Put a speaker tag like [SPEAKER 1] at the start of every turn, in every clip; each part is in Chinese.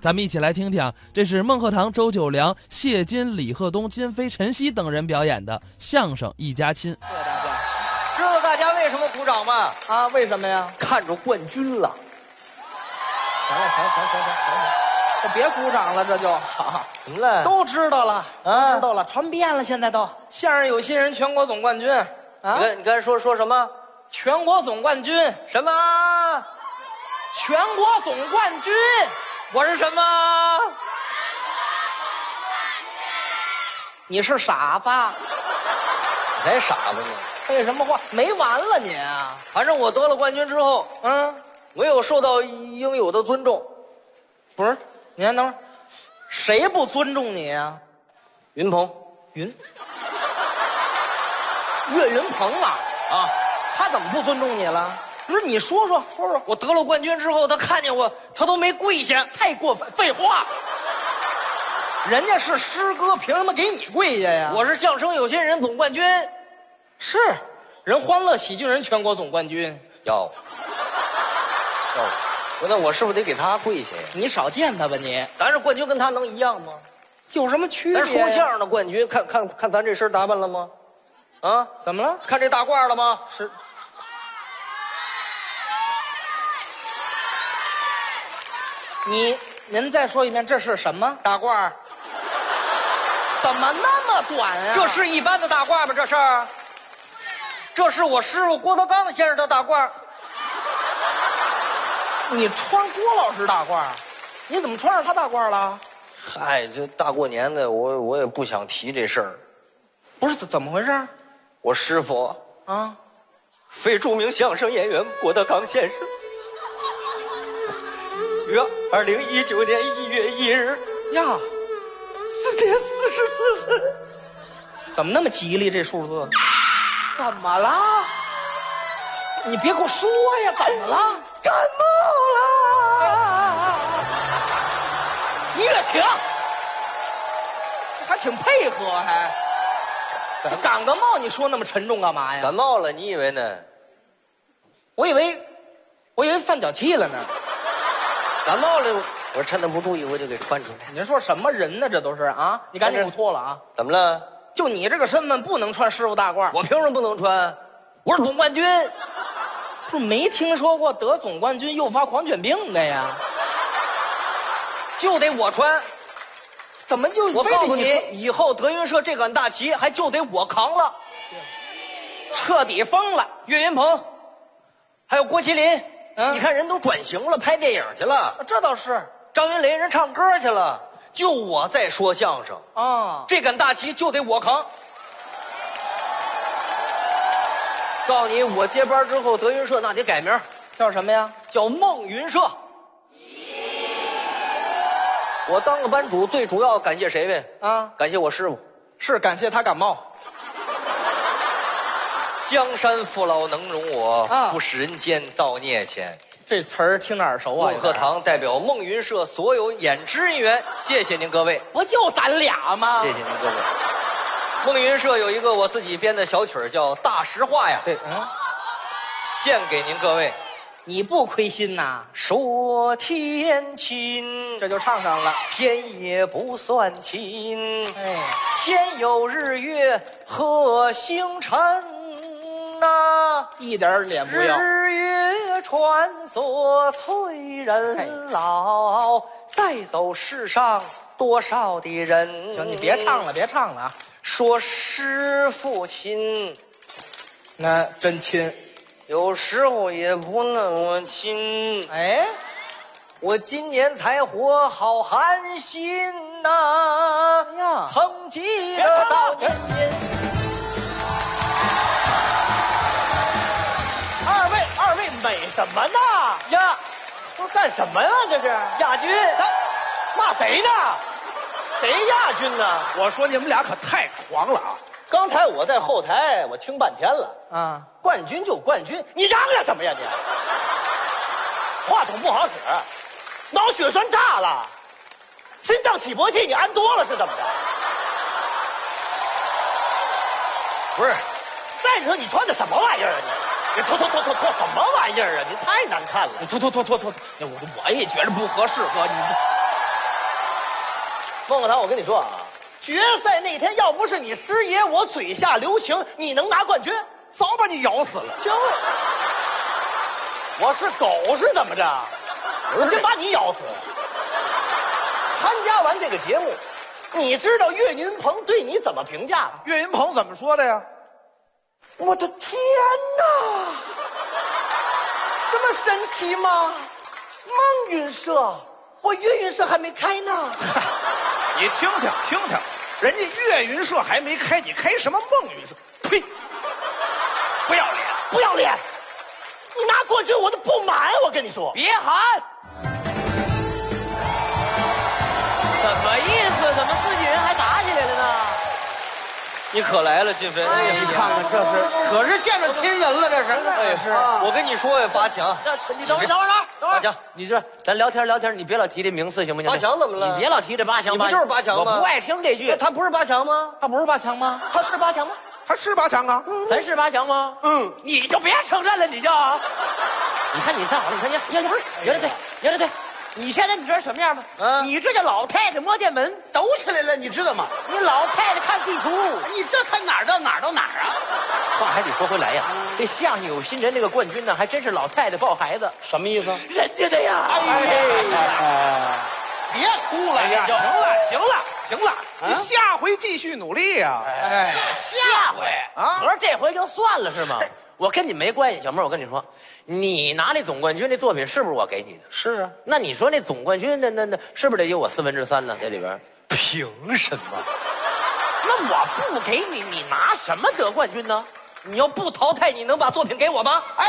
[SPEAKER 1] 咱们一起来听听，这是孟鹤堂、周九良、谢金、李鹤东、金飞、陈曦等人表演的相声《一家亲》。
[SPEAKER 2] 谢谢大家。
[SPEAKER 3] 知道大家为什么鼓掌吗？
[SPEAKER 2] 啊，为什么呀？
[SPEAKER 3] 看着冠军了，
[SPEAKER 2] 行了，行行行行行了，这
[SPEAKER 3] 哦
[SPEAKER 2] 别鼓掌了，这就、
[SPEAKER 3] 怎么了？
[SPEAKER 2] 都知道了，
[SPEAKER 3] 啊
[SPEAKER 2] 都知道了，传遍了，现在都相声有新人全国总冠军啊
[SPEAKER 3] 你，看，你刚才说说什么？
[SPEAKER 2] 全国总冠军，
[SPEAKER 3] 什么？
[SPEAKER 2] 全国总冠军，
[SPEAKER 3] 我是什么？
[SPEAKER 2] 你是傻子？
[SPEAKER 3] 你才傻子呢！
[SPEAKER 2] 废哎什么话？没完了你啊！
[SPEAKER 3] 反正我得了冠军之后，
[SPEAKER 2] 嗯，
[SPEAKER 3] 我有受到应有的尊重。
[SPEAKER 2] 不是，你看等会儿，谁不尊重你啊？
[SPEAKER 3] 云鹏
[SPEAKER 2] 云，岳云鹏啊，
[SPEAKER 3] 啊，
[SPEAKER 2] 他怎么不尊重你了？不是你说说说说，
[SPEAKER 3] 我得了冠军之后，他看见我，他都没跪下。
[SPEAKER 2] 太过分，废话。人家是师哥，凭什么给你跪下呀？
[SPEAKER 3] 我是相声有新人总冠军。
[SPEAKER 2] 是人欢乐喜剧人全国总冠军，
[SPEAKER 3] 要，要，那我是不是得给他跪下呀？
[SPEAKER 2] 你少见他吧你，
[SPEAKER 3] 咱这冠军跟他能一样吗？
[SPEAKER 2] 有什么区别？
[SPEAKER 3] 咱说相，声的冠军，看看看咱这身打扮了吗？啊，
[SPEAKER 2] 怎么了？
[SPEAKER 3] 看这大褂了吗？
[SPEAKER 2] 是你，您再说一遍，这是什么？
[SPEAKER 3] 大褂，
[SPEAKER 2] 怎么那么短啊？
[SPEAKER 3] 这是一般的大褂吗？这是？这是我师傅郭德纲先生的大褂，
[SPEAKER 2] 你穿郭老师大褂，啊你怎么穿上他大褂了？
[SPEAKER 3] 嗨，哎这大过年的，我我也不想提这事儿。
[SPEAKER 2] 不是怎么回事
[SPEAKER 3] 我师傅，
[SPEAKER 2] 啊？
[SPEAKER 3] 非著名相声演员郭德纲先生，于二零一九年一月一日
[SPEAKER 2] 呀，
[SPEAKER 3] 四点四十四分，
[SPEAKER 2] 怎么那么吉利这数字？怎么了？你别给我说呀，怎么了？
[SPEAKER 3] 感冒了。
[SPEAKER 2] 音乐停，还挺配合还。你感个冒，你说那么沉重干嘛呀
[SPEAKER 3] 感？冒了，你以为呢？
[SPEAKER 2] 我以为，我以为犯脚气了呢。
[SPEAKER 3] 感冒了，我趁他不注意，我就给穿出来。
[SPEAKER 2] 你这说什么人呢？这都是啊！你赶紧给我脱了啊！
[SPEAKER 3] 怎么了？
[SPEAKER 2] 就你这个身份，不能穿师傅大褂。
[SPEAKER 3] 我凭什么不能穿？我是总冠军，
[SPEAKER 2] 不是没听说过得总冠军诱发狂犬病的呀？
[SPEAKER 3] 就得我穿。
[SPEAKER 2] 怎么就
[SPEAKER 3] 我
[SPEAKER 2] 非得
[SPEAKER 3] 告诉你，以后德云社这杆大旗还就得我扛了。
[SPEAKER 2] 彻底疯了？
[SPEAKER 3] 岳云鹏，还有郭麒麟，
[SPEAKER 2] 嗯
[SPEAKER 3] 你看人都转型了，拍电影去了。
[SPEAKER 2] 这倒是
[SPEAKER 3] 张云雷人唱歌去了，就我在说相声，
[SPEAKER 2] 啊，
[SPEAKER 3] 这杆大旗就得我扛。告诉你，我接班之后，德云社那得改名儿。
[SPEAKER 2] 叫什么呀？
[SPEAKER 3] 叫梦云社。我当了班主，最主要感谢谁呗？
[SPEAKER 2] 啊，
[SPEAKER 3] 感谢我师傅，
[SPEAKER 2] 是感谢他感冒。
[SPEAKER 3] 江山父老能容我，
[SPEAKER 2] 啊
[SPEAKER 3] 不使人间造孽钱。
[SPEAKER 2] 这词儿听着耳熟啊！
[SPEAKER 3] 孟鹤堂代表孟云社所有演职人员，谢谢您各位，
[SPEAKER 2] 不就咱俩吗？
[SPEAKER 3] 谢谢您各位。孟云社有一个我自己编的小曲儿，叫《大实话》呀，
[SPEAKER 2] 对，嗯，
[SPEAKER 3] 献给您各位。
[SPEAKER 2] 你不亏心呐？
[SPEAKER 3] 说天亲，
[SPEAKER 2] 这就唱上了。
[SPEAKER 3] 天也不算亲。
[SPEAKER 2] 哎，
[SPEAKER 3] 天有日月和星辰呐、
[SPEAKER 2] 一点儿脸不要。
[SPEAKER 3] 日月穿梭催
[SPEAKER 2] 哎
[SPEAKER 3] 人老，带走世上多少的人。
[SPEAKER 2] 行，你别唱。了，别唱了啊！
[SPEAKER 3] 说师父亲，
[SPEAKER 2] 那真亲。
[SPEAKER 3] 有时候也不那么亲。
[SPEAKER 2] 哎，
[SPEAKER 3] 我今年才活，好寒心呐、
[SPEAKER 2] 哎呀
[SPEAKER 3] 曾记
[SPEAKER 2] 别唱
[SPEAKER 3] 得
[SPEAKER 2] 了
[SPEAKER 3] 到年前。
[SPEAKER 4] 二位，二位美什么呢？
[SPEAKER 3] 呀，
[SPEAKER 4] 不是干什么呀？这是
[SPEAKER 3] 亚军。
[SPEAKER 4] 骂谁呢？谁亚军呢？我说你们俩可太狂了啊！刚才我在后台，我听半天了，
[SPEAKER 2] 啊，
[SPEAKER 4] 冠军就冠军，你嚷嚷什么呀你？话筒不好使，脑血栓炸了，心脏起搏器你安多了是怎么着？
[SPEAKER 3] 不是，
[SPEAKER 4] 再说你穿的什么玩意儿啊你？你脱脱脱脱脱什么玩意儿啊？你太难看了！
[SPEAKER 2] 脱脱脱脱脱，我我也觉着不合适，哥，你
[SPEAKER 4] 孟鹤堂，我跟你说啊，决赛那天要不是你师爷我嘴下留情，你能拿冠军？
[SPEAKER 5] 早把你咬死了。
[SPEAKER 4] 行了，我是狗是怎么着？我先把你咬死。参加完这个节目，你知道岳云鹏对你怎么评价吗？
[SPEAKER 5] 岳云鹏怎么说的呀？
[SPEAKER 4] 我的天哪，这么神奇吗？梦云社，我岳云社还没开呢。
[SPEAKER 5] 你听听听听，人家岳云社还没开，你开什么梦云社？呸！不要脸！
[SPEAKER 4] 不要脸！你拿冠军我都不买，我跟你说。
[SPEAKER 3] 别喊！什么意思？怎么自己人还打起来了呢？你可来了，金飞！哎呀
[SPEAKER 2] 你看看，这是可是见着亲人了，这
[SPEAKER 4] 哎
[SPEAKER 2] 是。
[SPEAKER 3] 也是，我跟你说呀，八强，
[SPEAKER 6] 你等会儿，等会儿，等会
[SPEAKER 3] 八
[SPEAKER 6] 儿。
[SPEAKER 3] 强，
[SPEAKER 6] 你这咱聊天聊天，你别老提这名次行不行？
[SPEAKER 3] 八强怎么了
[SPEAKER 6] 你别老提这八强，
[SPEAKER 3] 你不就是八强吗
[SPEAKER 6] 我不爱听这句。
[SPEAKER 3] 他不是八强吗？
[SPEAKER 6] 他不是八强吗？
[SPEAKER 4] 他是八强吗？
[SPEAKER 5] 他是八强啊？
[SPEAKER 6] 咱是八强吗？嗯，你就别承认了，你就。你看你上好了，你看你看，不是，原来对，原来对。你现在你知道什么样吗？
[SPEAKER 3] 嗯
[SPEAKER 6] 你这叫老太太摸电门，
[SPEAKER 2] 抖起来了，你知道吗？
[SPEAKER 6] 你老太太看地图。
[SPEAKER 2] 你这才哪儿到哪儿到哪儿啊？
[SPEAKER 6] 话还得说回来呀，这相声有新人这个冠军呢，还真是老太太抱孩子，
[SPEAKER 2] 什么意思？
[SPEAKER 6] 人家的呀。
[SPEAKER 2] 哎呀，别哭了，
[SPEAKER 5] 哎呀，
[SPEAKER 2] 你就嗯
[SPEAKER 5] 行了，行了，行了，你下回继续努力啊呀。
[SPEAKER 2] 哎
[SPEAKER 6] 下回
[SPEAKER 5] 啊
[SPEAKER 6] 合着这回就算了是吗？我跟你没关系，小妹儿，我跟你说，你拿那总冠军这作品是不是我给你的？
[SPEAKER 5] 是啊，
[SPEAKER 6] 那你说那总冠军那那那是不是得有我四分之三呢？这里边？
[SPEAKER 5] 凭什么？
[SPEAKER 6] 那我不给你，你拿什么得冠军呢？
[SPEAKER 3] 你要不淘汰，你能把作品给我吗？
[SPEAKER 2] 哎，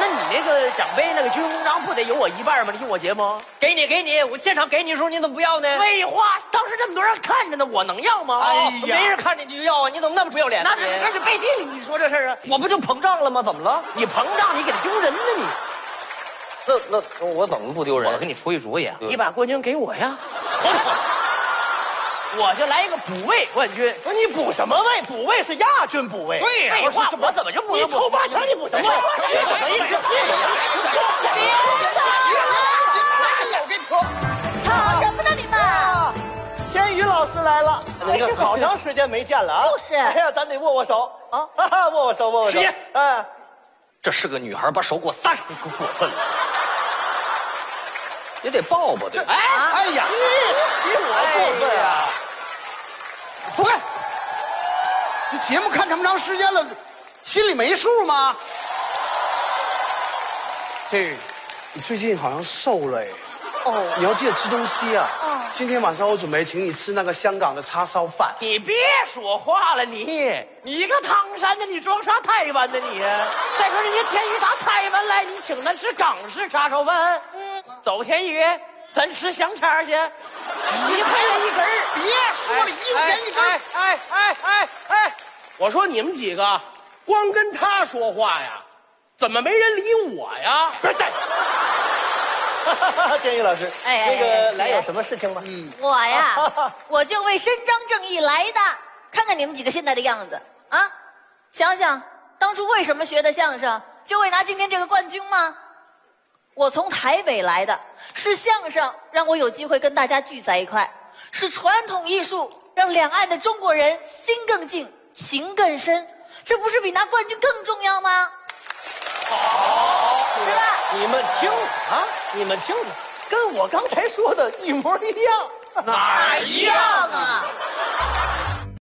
[SPEAKER 6] 那你那个奖杯那个军功章不得有我一半吗？你听我节目，
[SPEAKER 3] 给你，给你，我现场给你的时候你怎么不要呢？
[SPEAKER 6] 废话，当时那么多人看着呢，我能要吗？
[SPEAKER 2] 哎呀
[SPEAKER 3] 哦没人看着你就要啊，你怎么那么不要脸呢
[SPEAKER 6] 那这这是背地里你说这事儿啊？
[SPEAKER 3] 你我不就膨胀了吗？怎么了？
[SPEAKER 6] 你膨胀，你给他丢人呢你。
[SPEAKER 3] 那那那我怎么不丢人
[SPEAKER 6] 我给你出一主意啊，你把冠军给我呀， 我就来一个补位冠军。
[SPEAKER 4] 不是你补什么位？补位是亚军补位。
[SPEAKER 5] 对呀
[SPEAKER 6] 废话，我怎么就不
[SPEAKER 4] 你
[SPEAKER 6] 能
[SPEAKER 4] 抽八强你补什么位？你怎么意思？
[SPEAKER 2] 我跟你说，
[SPEAKER 7] 吵什么呢你们？
[SPEAKER 4] 天宇老师来了，哎呀，好长时间没见了啊！
[SPEAKER 7] 就是
[SPEAKER 4] 哎呀，咱得握握手
[SPEAKER 7] 啊
[SPEAKER 4] 哈哈， 握握手，握握手
[SPEAKER 3] 师爷。
[SPEAKER 4] 哎，
[SPEAKER 3] 这是个女孩，把手给我撒开，你给我过分了，也得抱抱对吧？哎，
[SPEAKER 2] 哎呀，
[SPEAKER 4] 比我过分啊！
[SPEAKER 2] 不开！这节目看这么长时间了，心里没数吗？嘿，你最近好像瘦了哎。哦，你要记得吃东西啊。
[SPEAKER 7] 哦
[SPEAKER 2] 今天晚上我准备请你吃那个香港的叉烧饭。
[SPEAKER 6] 你别说话了你，你一个唐山的，你装啥台湾的你？再说人家天宇打台湾来，你请咱吃港式叉烧饭，嗯走天宇，咱吃香肠去，一块钱一根儿。
[SPEAKER 2] 别说了，一块钱一根儿。
[SPEAKER 8] 哎哎哎哎！我说你们几个光跟他说话呀，怎么没人理我呀？
[SPEAKER 4] 不是，对天宇老师，
[SPEAKER 7] 哎哎
[SPEAKER 4] 那
[SPEAKER 7] 哎
[SPEAKER 4] 个
[SPEAKER 7] 哎
[SPEAKER 4] 来有什么事情吗？嗯，
[SPEAKER 7] 我呀，我就为伸张正义来的。看看你们几个现在的样子啊！想想当初为什么学的相声，就为拿今天这个冠军吗？我从台北来的，是相声让我有机会跟大家聚在一块，是传统艺术让两岸的中国人心更近、情更深，这不是比拿冠军更重要吗？好，是吧？
[SPEAKER 4] 你们听啊，你们听听，跟我刚才说的一模一样。
[SPEAKER 7] 哪一样啊